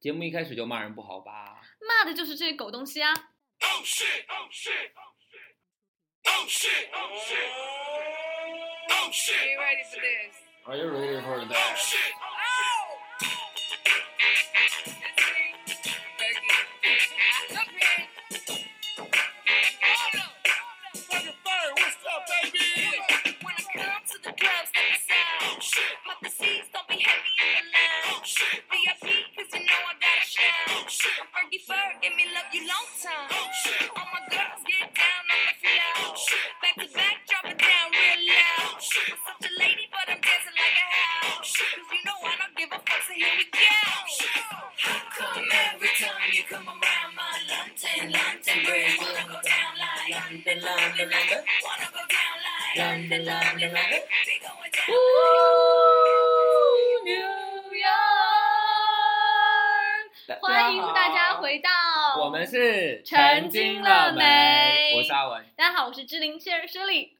节目一开始就骂人不好吧？骂的就是这些狗东西啊！ Oh shit! Oh shit! Oh shit! Oh shit! Oh shit! Are you ready Are you ready for this? for Oh shit! Oh! That's me. Fergie. Look, man. Hold up. Fucking fire! What's up, baby? When it comes to the club, step aside. Oh shit! My proceeds don't be heavy in the line. Oh shit! VIP, cause you know I gotta Oh shine. shit! I'm Fergie Ferg, and me love you long time. Oh shit! All my girls get down on the floor. Oh shit! Back to back, drop it down real Oh loud. shit! I'm such a lady, but I'm dancing like a house. Cause you know I don't give a fuck, so here we go. How come every time you come around my London, London bridge? Wanna go down like London, London, London. Wanna go down like London, London, London. We going down. 纽约，欢迎大家回到我们是成精了没我是阿文。大家好，我是志玲谢尔 l 里，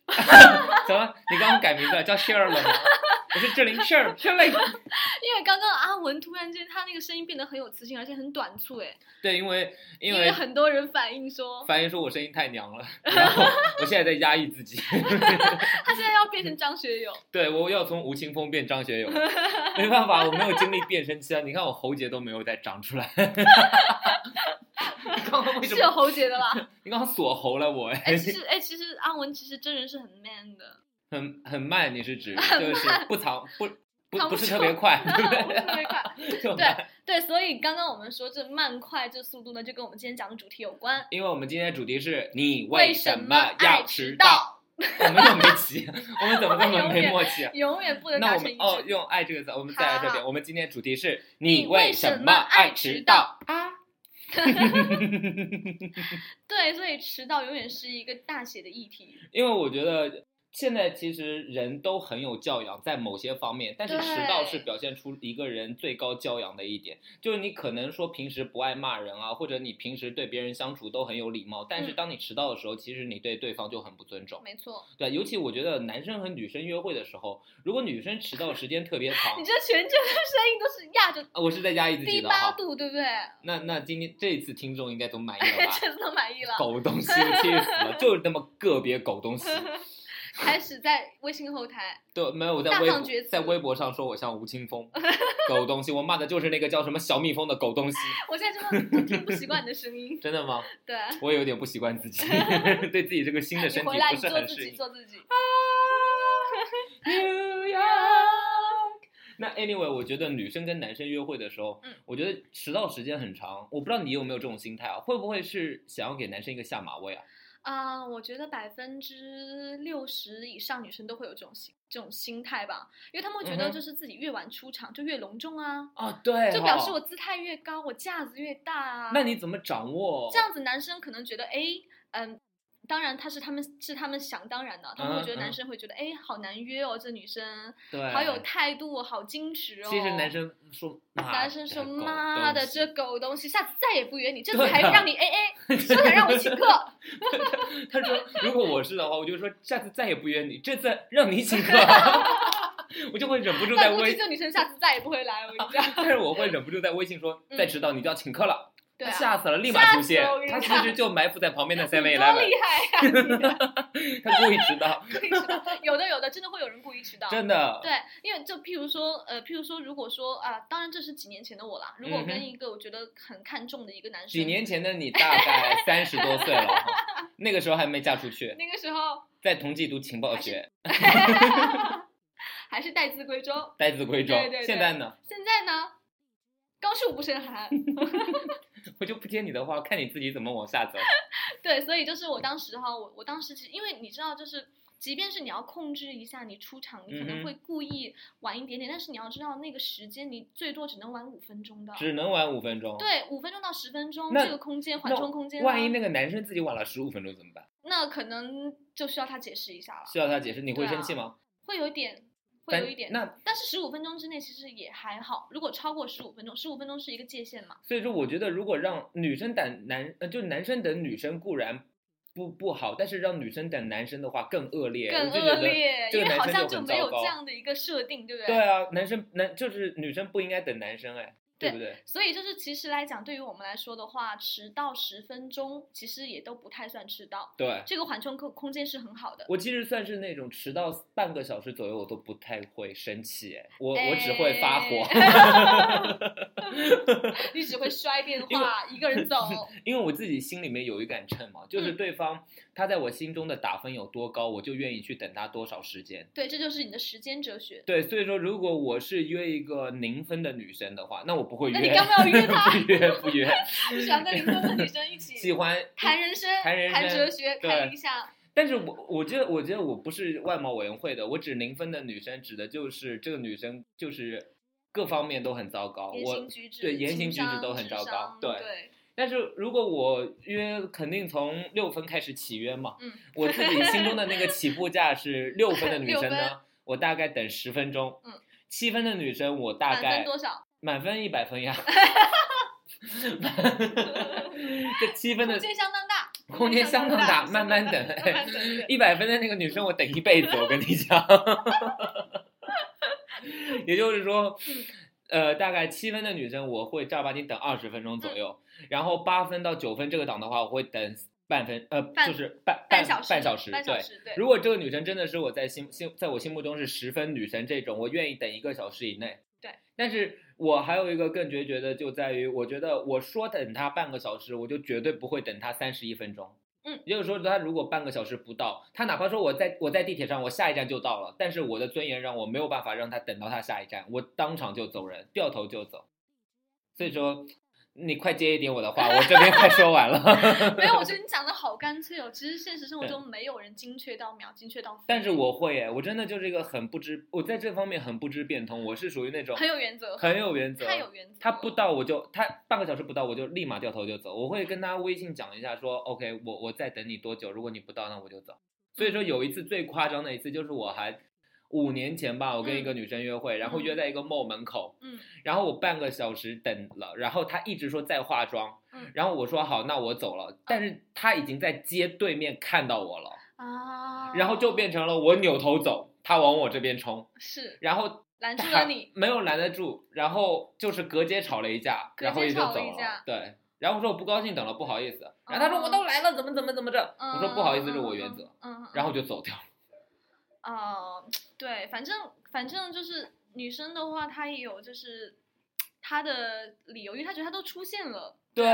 怎么？你刚刚改名字了叫谢 儿了吗？我是志玲谢儿谢磊。因为刚刚阿文突然间他那个声音变得很有磁性，而且很短促，哎，对，因为因因为很多人反映说翻译说我声音太娘了，然后我现在在压抑自 己。他现在要变成张学友，对我要从吴青峰变张 学友，没办法，我没有经历变声期啊。你看我喉结都没有再长出 来。 你刚刚为什是有么？喉结的 啦。你刚刚锁喉了我，哎，其实哎，其实阿文其实真人是很 man 的， 很很慢，你是指就是不藏不藏不不不是住特别 快，对不对？特别快。就对慢对，所以刚刚我们说这慢快这速度呢，就跟我们今天讲的主题有关。因为我们今天的主题是你为什么爱要迟迟？？我们又没齐，我们怎么这么没默契 啊？永远不能那达我成们一致。哦，用“爱”这个字，我们再来这好边。好我们今天的主题是你为为什什么爱爱迟迟到到？啊。对，所以迟到永远是一个大写的议题。因为我觉得现在其实人都很有教养，在某些方面，但是迟到是对表现出一个人最高教养的一点。就是你可能说平时不爱骂人啊，或者你平时对别人相处都很有礼貌，但是嗯当你迟到的时候，其实你对对方就很不尊重。没错，对，尤其我觉得男生和女生约会的时候，如果女生迟到时间特别你 长，这全程的声音都是压着啊我是在压抑自己低的八哈。度，对不对？那那今天这一次听众应该都满意了 吧？这次都满意了。狗东西，气死了！就是那么个别狗东西。开始在微信后台，对，没有我在大微放博厥词在微博上说我像吴青 峰，狗东西，我骂的就是那个叫什么小蜜蜂的狗东 西，我现在真的听不习惯你的声音。真的吗？对，我有点不习惯自 己，对自己这个新的你身体回来不你是做很自适己，应。做自己。 那 anyway，我觉得女生跟男生约会的时候，嗯我觉得迟到时间很长，我不知道你有没有这种心态啊？会不会是想要给男生一个下马威啊？啊、我觉得百分之六十以上女生都会有这种心这种心态吧，因为他们会觉得嗯哼就是自己越晚出场就越隆重啊，啊，对就表哈示我姿态越高，我架子越大啊。那你怎么掌握这样子，男生可能觉得哎，嗯，当然他是他们是他们想当然的，他们会嗯觉得男嗯生会觉得哎、好难约哦，这女生对，好有态度哦，好矜持哦。其实男。生说，啊男生说：“妈的，这狗狗东西，下次再也不约你，这次对还啊让你 A A，说想让 我请客，东西 他说，如果我是的话，我就说下次再也不约你，这次让你请客， 我就会忍不住在那估计微，这女生下次再也不会来。”我跟你 讲，但是我会忍不住在微信说，嗯再迟到你就要请客了，对他啊，吓死了，立马出现吓死我跟，你他讲其实就埋伏在旁边的你 Seven 多厉 Eleven， 害啊呀、他故意迟 到，你故意迟到，有的有的真的会有人故意迟到。真的，对，因为就譬如说，呃，譬如说，如果说啊、当然这是几年前的我啦。如果我嗯跟哼一个我觉得很看重的一个男生，几年前的你大概三十多岁了哈，那个时候还没嫁出去，那个时候在同济读情报学，还是待字闺中，待字闺对中对，对现在呢， 现在呢，高处不胜寒。 我就不接你的话，看你自己怎么往下走。对，所以就是我当时哈，我我当时其实因为你知道，就是即便是你要控制一下你出场，你可嗯能哼会故意晚一点点，但是你要知道那个时间，你最多只能晚五分钟的。只能玩五分钟。对，五分钟到十分钟，那这个空间缓那冲空间啊。万一那个男生自己晚了十五分钟怎么办？那可能就需要他解释一下了，需要他解释，你对会啊生气吗？会有一点，会但有一点。那但是十五分钟之内其实也还好，如果超过十五分钟，十五分钟是一个界限嘛？所以说，我觉得如果让女生等男，呃，就是男生等女生固然不不好，但是让女生等男生的话更恶劣，更我就觉恶得劣，这因个为男好生像就就很没有糟糕这。样的一个设定，对不对？对啊，男生男就是女生不应该等男生哎，对对不对？所以就是其实来讲，对于我们来说的话，迟到十分钟其实也都不太算迟到，对，这个缓冲空空间是很好的。我其实算是那种迟到半个小时左右，我都不太会生气，哎我我只会发哎火， 你只会摔电因为话，一个 人走。 因为我自己心里面有一杆秤嘛，就是嗯对方他在我心中的打分有多高，我就愿意去等他多少时间。对，这就是你的时间哲学。对，所以说如果我是约一个零分的女生的话，那我不会约，那你干嘛要约 她不约不 约，你啊想跟零分的女生一喜 起欢 谈人生、谈人生哲学、对看理想，但是我我觉得，我觉得我不是外貌委员会的，我指零分的女生指的就是这个女生就是各方面都很糟糕，言我行举止、对言行情举止商都很智糟糕商对对，但是如果我约，肯定从六分开始起约嘛，嗯，我自己心中的那个起步价是六分的女 六生分呢，我大概等十分钟，嗯，七分的女生我大满分概多少？满分一百分 呀，这七分空的间相当大，空间相当大，慢慢等，哎慢慢等。对一百分的那个女生，我等一辈子，我跟你讲。也就是说，呃，大概七分的女生，我会正儿八经等二十分钟左右，然后八分到九分这个档的话，我会等半分，呃，半就是半半小小时，半小时，半对小。时，对。如果这个女生真的是我在心心在我心目中是十分女神这种，我愿意等一个小时以内。对，但是我还有一个更决绝的，就在于我觉得我说等她半个小时，我就绝对不会等她三十一分钟。嗯，也就是说，她如果半个小时不到，她哪怕说我在我在地铁上，我下一站就到了，但是我的尊严让我没有办法让她等到她下一站，我当场就走人，掉头就走。所以说，你快接一点我的话，我这边快说完了。没有，我觉得你讲的好干脆哦。其实现实生活对中没有人精确到秒，精确到分。但是我会哎，我真的就是一个很不知，我在这方面很不知变通，我是属于那种很有原则，很有原则，太有原则。他不，到我就他半个小时不到我就立马掉头就走，我会跟他微信讲一下说，OK，我我再等你多久，如果你不到那我就走。所以嗯说有一次最夸张的一次就是我还五年前吧，我跟一个女生约会，然后约在一个 mall 门口，嗯，然后我半个小时等了，然后她一直说在化妆，嗯然后我说好，那我走了，但是她已经在街对面看到我了。啊，然后就变成了我扭头走，他往我这边冲，是然后拦住他了你，没有拦得住，然后就是隔街吵了一架，隔然后街也就吵了走一了架，哦对。然后我说我不高兴，等了不好意思。然后他说我都来了，怎么怎么怎么着？我说不好意思，嗯这是我原则。。嗯嗯嗯。然后我就走掉了。哦、对，反正反正就是女生的话，她也有就是她的理由，因为她觉得她都出现了。啊对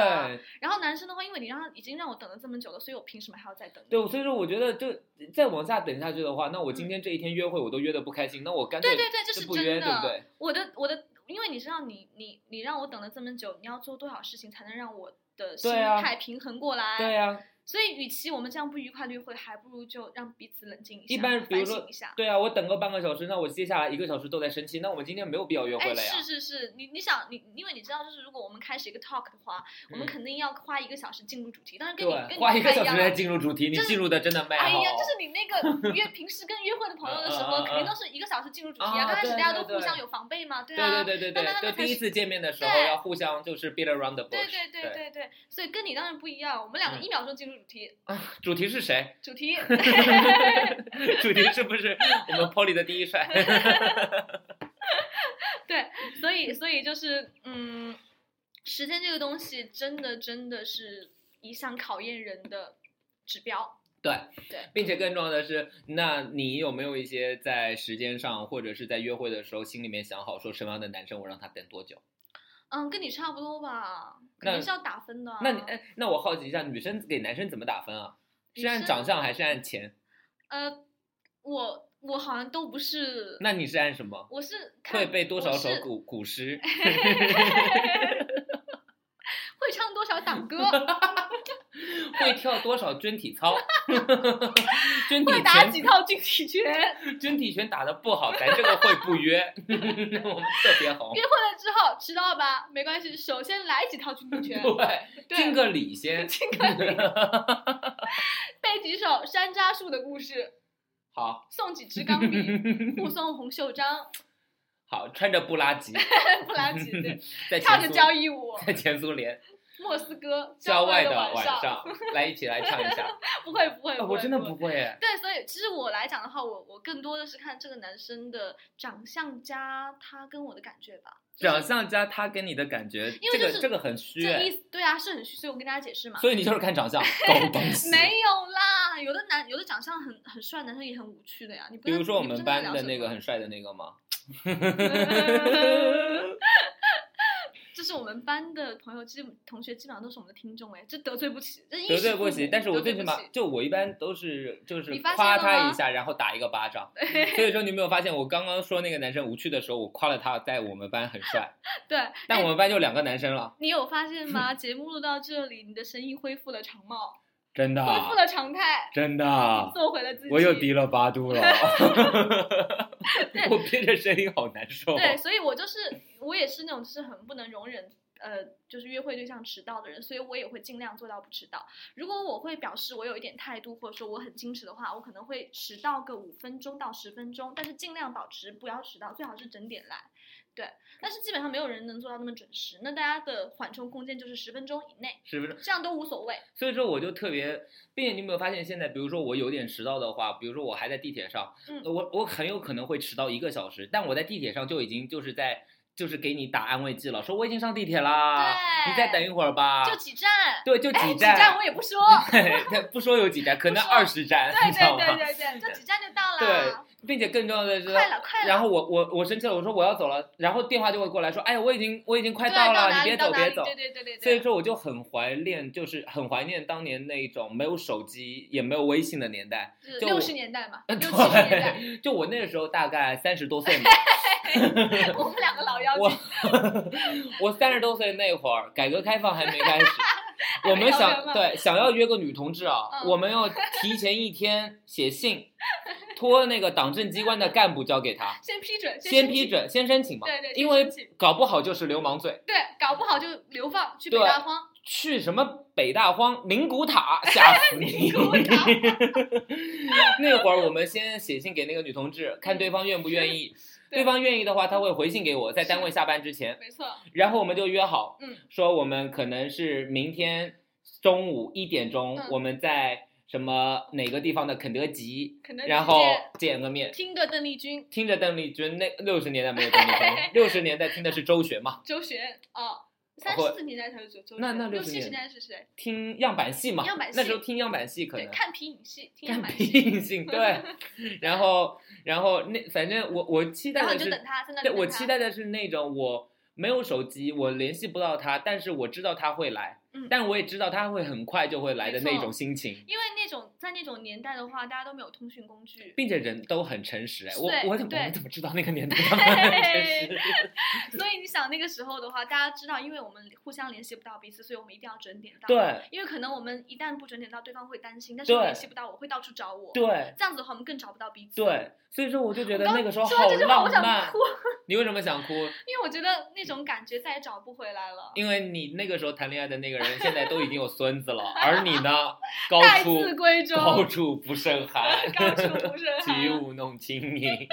然后男生的话，因为你让他已经让我等了这么久了，所以我凭什么还要再等你？对，所以说我觉得就再往下等下去的话，那我今天这一天约会我都约的不开心，那我干脆嗯对对对，这是就不真约，的。对不对？我的我的，因为你知道你，你你让我等了这么久，你要做多少事情才能让我的心对啊态平衡过来？对呀、啊，所以，与其我们这样不愉快地约会，还不如就让彼此冷静一下，一般比如反说省一下。对啊，我等个半个小时，那我接下来一个小时都在生气，那我们今天没有必要约会啊哎，了呀。是是是，你你想你，因为你知道，就是如果我们开始一个 talk 的话，我嗯们肯定要花一个小时进入主题，但是跟你跟对，你花不一个太小时样才啊进入主题，你就是进入的真的慢哎哦。呀，就是你那 个约平时跟约会的朋友的时嗯嗯候，嗯肯定都是一个小时进入主题啊啊。刚开始对大家对都互对相有防备嘛，对啊，对对对对慢慢对，慢就第一次见面的时候对要互相就是 beat around the bush。对对对对对，所以跟你当然不一样。我们两个嗯一秒钟进入主题，主题是谁？ 主题主题是不是我们 Polly 的第一帅？ 对，所以所以就是嗯，时间这个东西真的真的是一项考验人的指标。对 对，并且更重要的是，那你有没有一些在时间上或者是在约会的时候，心里面想好说什么样的男生我让他等多久？嗯，跟你差不多吧，那肯定是要打分的啊、那你哎，那我好奇一下，女生给男生怎么打分啊？女是按生长相还是按钱？呃，我我好像都不是，那你是按什么？我是看会背多少我首是古古诗？会唱多少党歌， 会跳多少军体操？军体会打拳几套军体拳，军体拳打的不好，咱这个会不约， 我们特别红约。会了之后迟到吧，没关系，首先来几套军体拳，对，对敬个礼先。 金克力，背几首山楂树的故事，好送几支钢 笔，护送红袖章， 好，穿着布拉吉，布拉吉 对，在 跳前着苏交谊舞，在前苏联莫斯科郊外的晚晚， 来一起来唱一下。不会不会，哎我真的不会。会 哎，对，所以其实我来讲的话，我我更多的是看这个男生的长相加他跟我的感觉吧。长相加他给你的感觉，因这为就是个这个很虚这意欸，思对啊，是很虚，所以我跟大家解释嘛。所以你就是看 长相，狗东西。没有啦，有的男有的长相很很帅，男生也很无趣的呀。你不比如说我你不们知道班聊的什那么个很帅的那个吗？ 这是我们班的朋友，基同学基本上都是我们的听众哎，这得罪不起，这得罪不不起，但是我最起码起就我一般都是就是你发现夸了他吗一下，然后打一个巴 掌。所以说你有没有发现我刚刚说那个男生无趣的时候，我夸了他在我们班很 帅，对，哎但我们班就两个男生了，你有发 现吗？节目录到这里，你的声音恢复了常貌，真的恢复了常态，真的，做回了自己。啊我又低了八度了， 我憋着声音好难受。对，所以我就是我也是那种就是很不能容忍呃，就是约会对象迟到的人，所以我也会尽量做到不迟到。如果我会表示我有一点态度，或者说我很矜持的话，我可能会迟到个五分钟到十分钟，但是尽量保持不要迟到，最好是整点来。对，但是基本上没有人能做到那么准时，那大家的缓冲空间就是十分钟以内，是不是？这样都无所谓。所以说我就特别，并且你有没有发现现在，比如说我有点迟到的话，比如说我还在地铁上，嗯我我很有可能会迟到一个小时，但我在地铁上就已经就是在就是给你打安慰剂了，说我已经上地铁啦，对你再等一会儿吧，就几站，对，啊就哎，几几站，站我也不说， 对不说有几站，可能不说二十站，对你知道对吗？对对对，就几站就到啦，对并且更重要的是，快了快了。然后我我我生气了，我说我要走了，然后电话就会过来说，哎呀，我已经我已经快对到了，哪你别里到走哪别里走。对对对啊对对。所以说，我就很怀念，就是很怀念当年那种没有手机也没有微信的年代。就是就六我十年代嘛，嗯六七十年代， 就我那个时候大概三十多岁 嘛，哎我们两个老妖我精，我三十多岁那会儿，改革开放还没 开始，我们还没有人想吗对想要约个女同志啊，嗯我们要提前一天写信，托那个党政机关的干部交给他， 先批准，先申批请，准，先申请嘛，对对先因为申请搞不好就是流氓罪，对，搞不好就流放去北对大荒，去什么北大荒、宁古塔，吓死 你！ 给我打那会儿我们先写信给那个女同志，看对方愿不愿意。对对方愿意的话，他会回信给我，在单位下班之前。没错，然后我们就约好，嗯，说我们可能是明天中午一点钟，嗯我们在什么哪个地方的肯德基，可能然后见个面。听个邓丽君、听着邓丽君，那六十年代没有邓丽 君，六十年代听的是周璇嘛，周璇哦。三或十四年代才是周周璇，那那六60七十年年代是谁？听样板戏嘛，样板戏那时候听样板戏可对，能。看皮影戏，听看样板皮戏，影戏， 对，然后，然后那反正我我期待然后的你就是等他，在那里对，我等他期待的是那种我没有手机，我联系不到他，但是我知道他会来，嗯但我也知道他会很快就会来的没错那种心情，因为那种在那种年代的话，大家都没有通讯工 具，并且人都很诚实。哎，我对我怎么对我怎么知道那个年代他们很 诚实？所以你想那个时候的话，大家知道，因为我们互相联系不到彼此，所以我们一定要准点到。对因为可能我们一旦不准点到，对方会担心，但是对联系不到，我会到处找我。，对这样子的话，我们更找不到彼此。对，所以说我就觉得我刚那个时候说好这句话我浪想漫哭。你为什么想哭？因为我觉得那种感觉再也找不回来了。因为你那个时候谈恋爱的那个人现在都已经有孙子了，而你 呢，高待出字闺中， 高处不胜寒，高处不胜起寒。舞弄清影。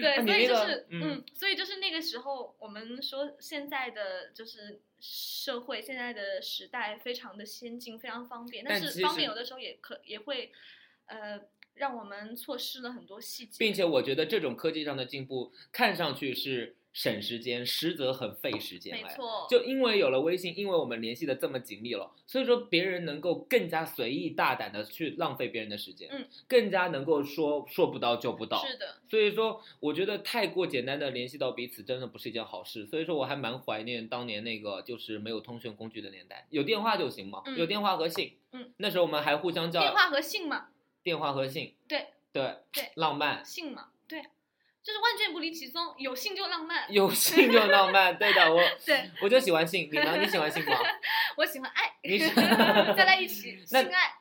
对，啊你所以那就个是，嗯嗯，所以就是那个时候，我们说现在的就是社会，现在的时代非常的先进，非常方便，但但是其方便实有的时候也可也会，呃，让我们错失了很多细节。并且我觉得这种科技上的进步，看上去是省时间，实则很费时间。没哎，错，就因为有了微信，因为我们联系的这么紧密了，所以说别人能够更加随意大胆的去浪费别人的时间，嗯，更加能够说说不到就不到。是的，所以说，我觉得太过简单的联系到彼此，真的不是一件好事。所以说，我还蛮怀念当年那个就是没有通讯工具的年代，有电话就行嘛，嗯有电话和信。嗯，那时候我们还互相叫电话和信嘛，电话和信。对对对浪漫。信嘛，对，就是万卷不离其宗，有信就浪漫。有性就浪漫，对的，我对我就喜欢性，你呢？你喜欢性吗？我喜欢爱，你 是再在一起，性 那爱，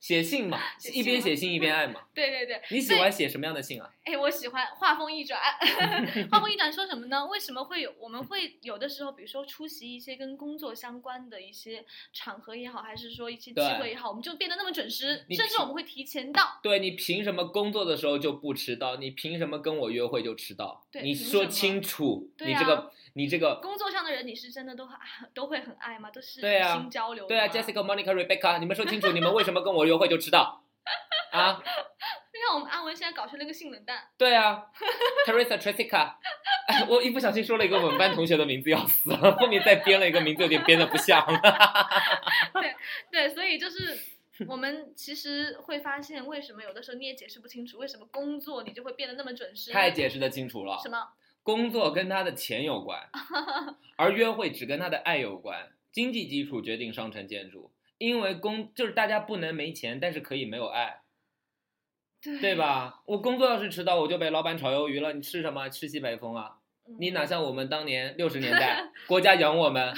写信嘛，写信一边吗写信一边爱 嘛。对对对，你喜欢写什么样的信啊？哎，我喜欢话锋 一转。话锋一转说什么呢？为什么会有我们会有的时候，比如说出席一些跟工作相关的一些场合也好，还是说一些机对会也好，我们就变得那么准时，你甚至凭我们会提前到。对你凭什么工作的时候就不迟到？你凭什么跟我约会就迟到？对你凭说什么清楚，对你啊这个你这个，工作上的人，你是真的都很都会很爱吗？都是对啊心交流的对啊吗，Jessica、Monica、Rebecca，你们说清楚，你们为什么跟我约会就迟到？啊，让我们阿文现在搞成了一个性冷淡。对啊，Teresa Tresica，哎 我一不小心说了一个我们班同学的名字要死了，后面再编了一个名字有点编的不像。对，所以就是我们其实会发现，为什么有的时候你也解释不清楚，为什么工作你就会变得那么准时？太解释的清楚了，什么？工作跟他的钱有 关，而约会只跟他的爱有关。经济基础决定商城建筑，因为工就是大家不能没钱，但是可以没有爱，对对？吧？我工作要是迟到，我就被老板炒鱿鱼了。你吃什么？吃西北风啊？嗯你哪像我们当年六十年代 国家养我们，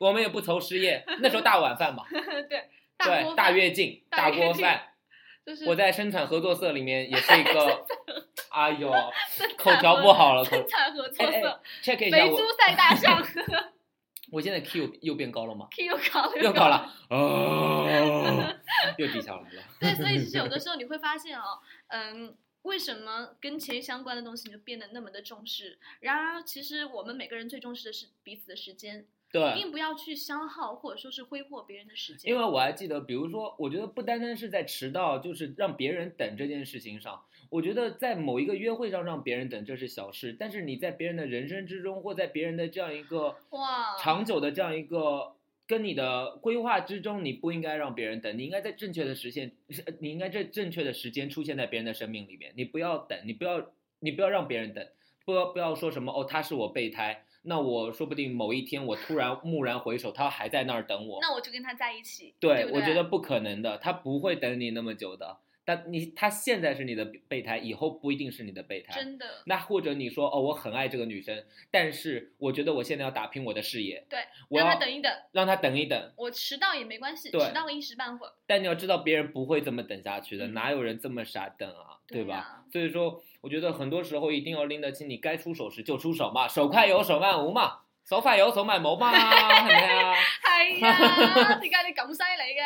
我们也不愁失业。那时候大晚饭嘛，嗯对 大锅对，大饭跃进、大大跃锅进饭。就是 我在生产合作社里面也是一个，哎呦，口条不好了，口生产合作哎哎社， check 一下肥我猪，赛大象 我现在 Q 又变高了吗？ ，Q 考又高。了，哦，又低下来了。对，所以其实 有的时候你会发现哦，嗯。为什么跟钱相关的东西你就变得那么的重视？然而，其实我们每个人最重视的是彼此的时间，对，并不要去消耗或者说是挥霍别人的时间。因为我还记得，比如说，我觉得不单单是在迟到，就是让别人等这件事情上，我觉得在某一个约会上让别人等这是小事，但是你在别人的人生之中，或在别人的这样一个哇，长久的这样一个跟你的规划之中，你不应该让别人等，你应该在正确的实现，呃你应该在正确的时间出现在别人的生命里面。你不要等，你不要，你不要让别人等，不要不要说什么哦，他是我备胎，那我说不定某一天我突然蓦然回首，他还在那儿等我。那我就跟他在一起，对，不我觉得不可能的，他不会等你那么久的。但你他现在是你的备胎，以后不一定是你的备胎。真的那或者你说哦，我很爱这个女生，但是我觉得我现在要打拼我的事业，对，我让要他等一等，让她等一等。我迟到也没关系，对迟到个一时半会儿，但你要知道，别人不会这么等下去的，嗯哪有人这么傻等啊，对吧？呀所以说，我觉得很多时候一定要拎得清，你该出手时就出手嘛，手快有，手慢无嘛，手快有，手慢无 嘛，系咪啊？系啊，点解你咁犀利 哎嘅？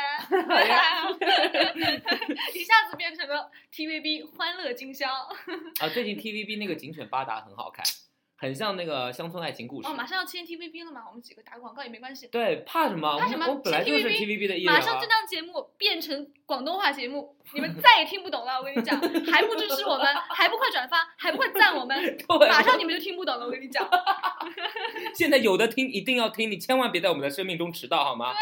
一下子变成了 TVB 欢乐今宵啊，最近 TVB 那个《警犬巴达》很好看，很像那个乡村爱情故事。哦，马上要签 TVB 了嘛，我们几个打广告也没关系。对，怕什么？怕什么我们我本来就是是 TVB 的艺人、啊。马上这档节目变成广东话节目，你们再也听不懂了。我跟你讲，还不支持我们，还不快转发，还不快赞我们， 对马上你们就听不懂了。我跟你讲，现在有的听，一定要听，你千万别在我们的生命中迟到，好吗？对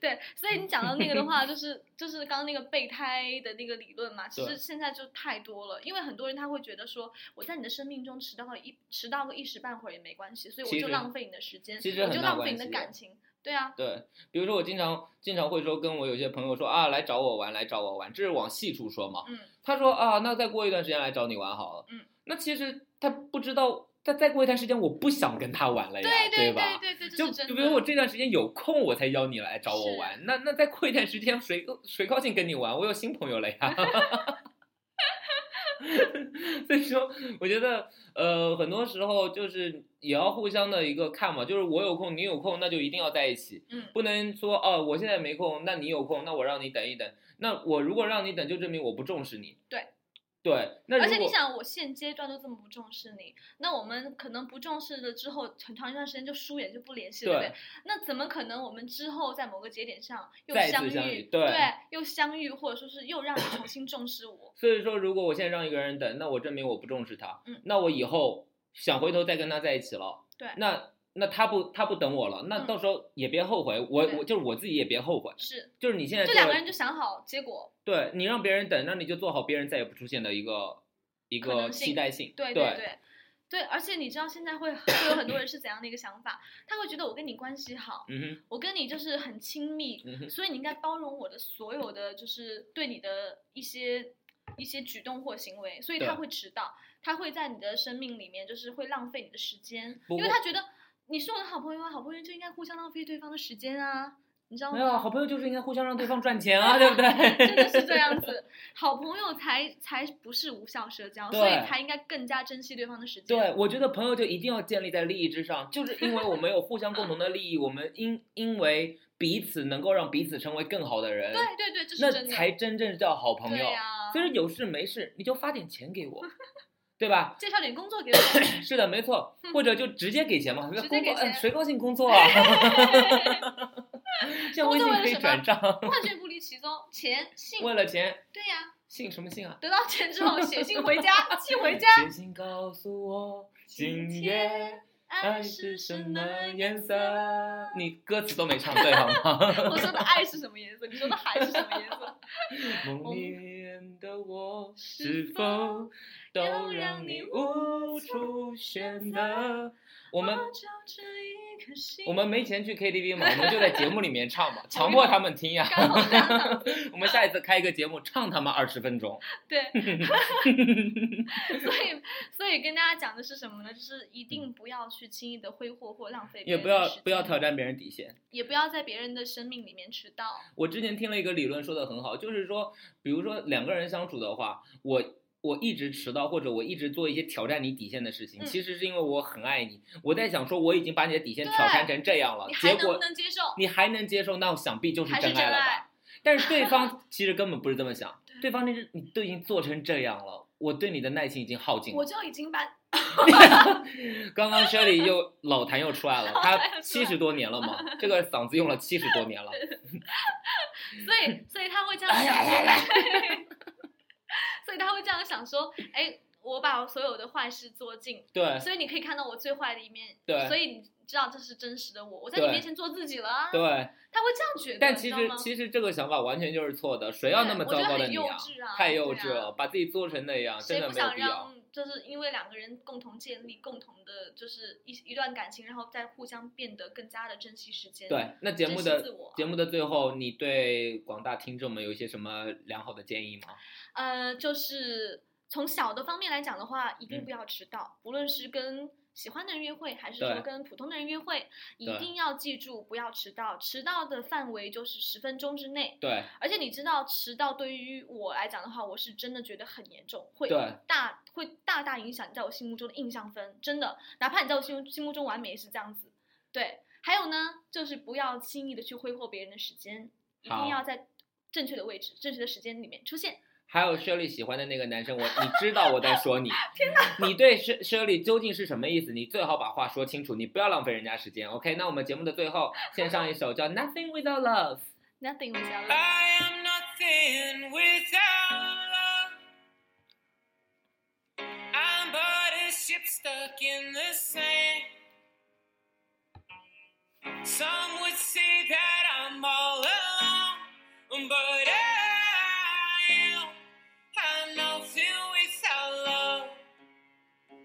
对，所以你讲到那个的 话，就是就是刚刚那个备胎的那个理论嘛，其对实现在就太多了，因为很多人他会觉得说，我在你的生命中迟到个一迟到个一时半会儿也没关系，所以其我就实浪费你的时间，其实我很就大浪费关你的系感情，对啊，对，比如说我经常经常会说，跟我有些朋友说啊，来找我玩，来找我玩，这是往细处说嘛。嗯，他说啊，那再过一段时间来找你玩好了。嗯，那其实他不知道，他再过一段时间我不想跟他玩了哎呀，对对吧？对对，这就是真比的。如我这段时间有空，我才邀你来找我是玩。那那再过一段时间，谁呃谁高兴跟你玩？我有新朋友 了呀。 所以说，我觉得呃，很多时候就是也要互相的一个看嘛，就是我有空，你有空，那就一定要在一起。嗯不能说哦，我现在没空，那你有空，那我让你等一等。那我如果让你等，就证明我不重视你。对，对。那如而果且你想，我现阶段都这么不重视你，那我们可能不重视了之后，很长一段时间就疏远就不联系了，对对不对？那怎么可能我们之后在某个节点上又再一次遇，相遇对对？又相遇，或者说是又让你重新重视我所以说，如果我现在让一个人等，那我证明我不重视他，嗯那我以后想回头再跟他在一起了，对那那他不他不等我了，那嗯到时候也别后悔，我对我就是我自己也别后悔，是，就是你现在就做两个人就想好结果，对你让别人等，那你就做好别人再也不出现的一个一可个能性期待性，对对对。对，而且你知道现在会会有很多人是怎样的一个想法？他会觉得我跟你关系好，嗯我跟你就是很亲密，哼，嗯哼，所以你应该包容我的所有的，就是对你的一些一些举动或行为。所以他对会迟到，他会在你的生命里面，就是会浪费你的时间，不因为过他觉得你是我的好朋友啊，好朋友就应该互相浪费对方的时间啊，你知道没有啊，吗？好朋友就是应该互相让对方赚钱啊，对不对？ 真的是这样子，好朋友才才不是无效社交，所以对才应该更加珍惜对方的时间。对，我觉得朋友就一定要建立在利益之上，就是因为我们有互相共同的利益，我们因因为彼此能够让彼此成为更好的人， 对对对，这是那真的。才真正叫好朋友对。呀、就是有事没事你就发点钱给我，对吧？介绍点工作给我，是的，没错， 或者就直接给钱嘛，直接工给作，嗯钱 哎谁高兴工作啊？像工微信作为了可以什么转账， 完全不理律其中，钱信。为了钱，对呀、信什么信啊？得到钱之后写信回家，寄回家。写信告诉我，今夜 爱是什么颜色？你歌词都没唱对好吗？ 我说的爱是什么颜色？你说的海是什么颜色？梦里面的我哦是否都让你无处选择？我们找着一颗心。我们没钱去 KTV 嘛，我们就在节目里面唱 嘛，强迫他们听呀。刚好搭档我们下一次开一个节目，唱他们二十分钟。 对，所以所以跟大家讲的是什么呢？就是一定不要去轻易的挥霍或浪费别嗯也人不的要时间不要挑，战别人底线。也不要在别人的生命里面迟到。我之前听了一个理论说的很好，就是说，比如说两个人相处的话，我我一直迟到或者我一直做一些挑战你底线的事情，嗯其实是因为我很爱你。我在想说，我已经把你的底线对挑战成这样了你，结还能不果能接受？你还能接受，那我想必就是哦还是真爱真了爱吧？但是对方 其实根本不是这么想，对方那是你都已经做成这样了，我对你的耐心已经耗尽了我。就已经把刚刚 Shelly 又老痰又出来了，他又出来七十多年了嘛，这个嗓子用了七十多年了。所以所以他会这样想， 所以他会这样想说，哎，我把所有的坏事做尽，对所以你可以看到我最坏的一面，对所以你知道这是真实的我，我在对你面前做自己了啊，对，他会这样觉得，但你其知道实吗其实这个想法完全就是错的，谁要那么糟糕的你对我觉得很幼稚啊太幼稚对啊了，把自己做成那样，真谁的不没有想必要。让就是因为两个人共同建立共同的就是一一段感情，然后再互相变得更加的珍惜时间，对，那节目珍惜自的我。啊节目的最后，你对广大听众们有一些什么良好的建议吗？呃，就是从小的方面来讲的话，一定嗯不要迟到，无论是跟喜欢的人约会，还是对说跟普通的人约会，一对定要记住不要迟到。迟到的范围就是十分钟之内，对而且你知道，迟到对于我来讲的话，我是真的觉得很严重，会对大会大大影响你在我心目中的印象分，真的，哪怕你在我心目心目中完美也是这样子。对，还有呢，就是不要轻易的去挥霍别人的时间，一好定要在正确的位置、正确的时间里面出现。还有 Shirley 喜欢的那个男生，我你知道 我在说你，天哪！你对 Shir- Shirley 究竟是什么意思？你最好把话说清楚，你不要浪费人家时间。OK，那我们节目的最后，献上一首叫《Nothing Without Love》。 Nothing was ever. 哎 I am nothing without love. I'm but a ship stuck in the sand. Some would say that I'm all alone, but I am. I'm nothing without love.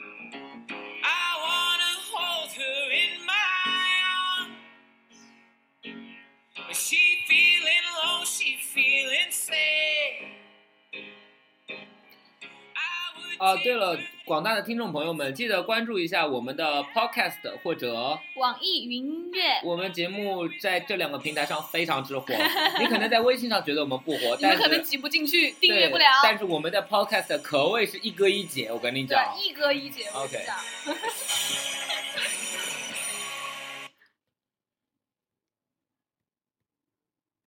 I wanna hold her in my arms. But she feeling low, she feeling sad. I would 啊， take 对了 her-，广大的听众朋友们，记得关注一下我们的 Podcast 或者网易云音乐，我们节目在这两个平台上非常之火。 你可能在微信上觉得我们不火，你但们是可能挤不进去，订阅对不了。但是我们在 Podcast 可谓是一哥一姐，我跟你讲对，。一哥一姐，我跟你 OK 讲。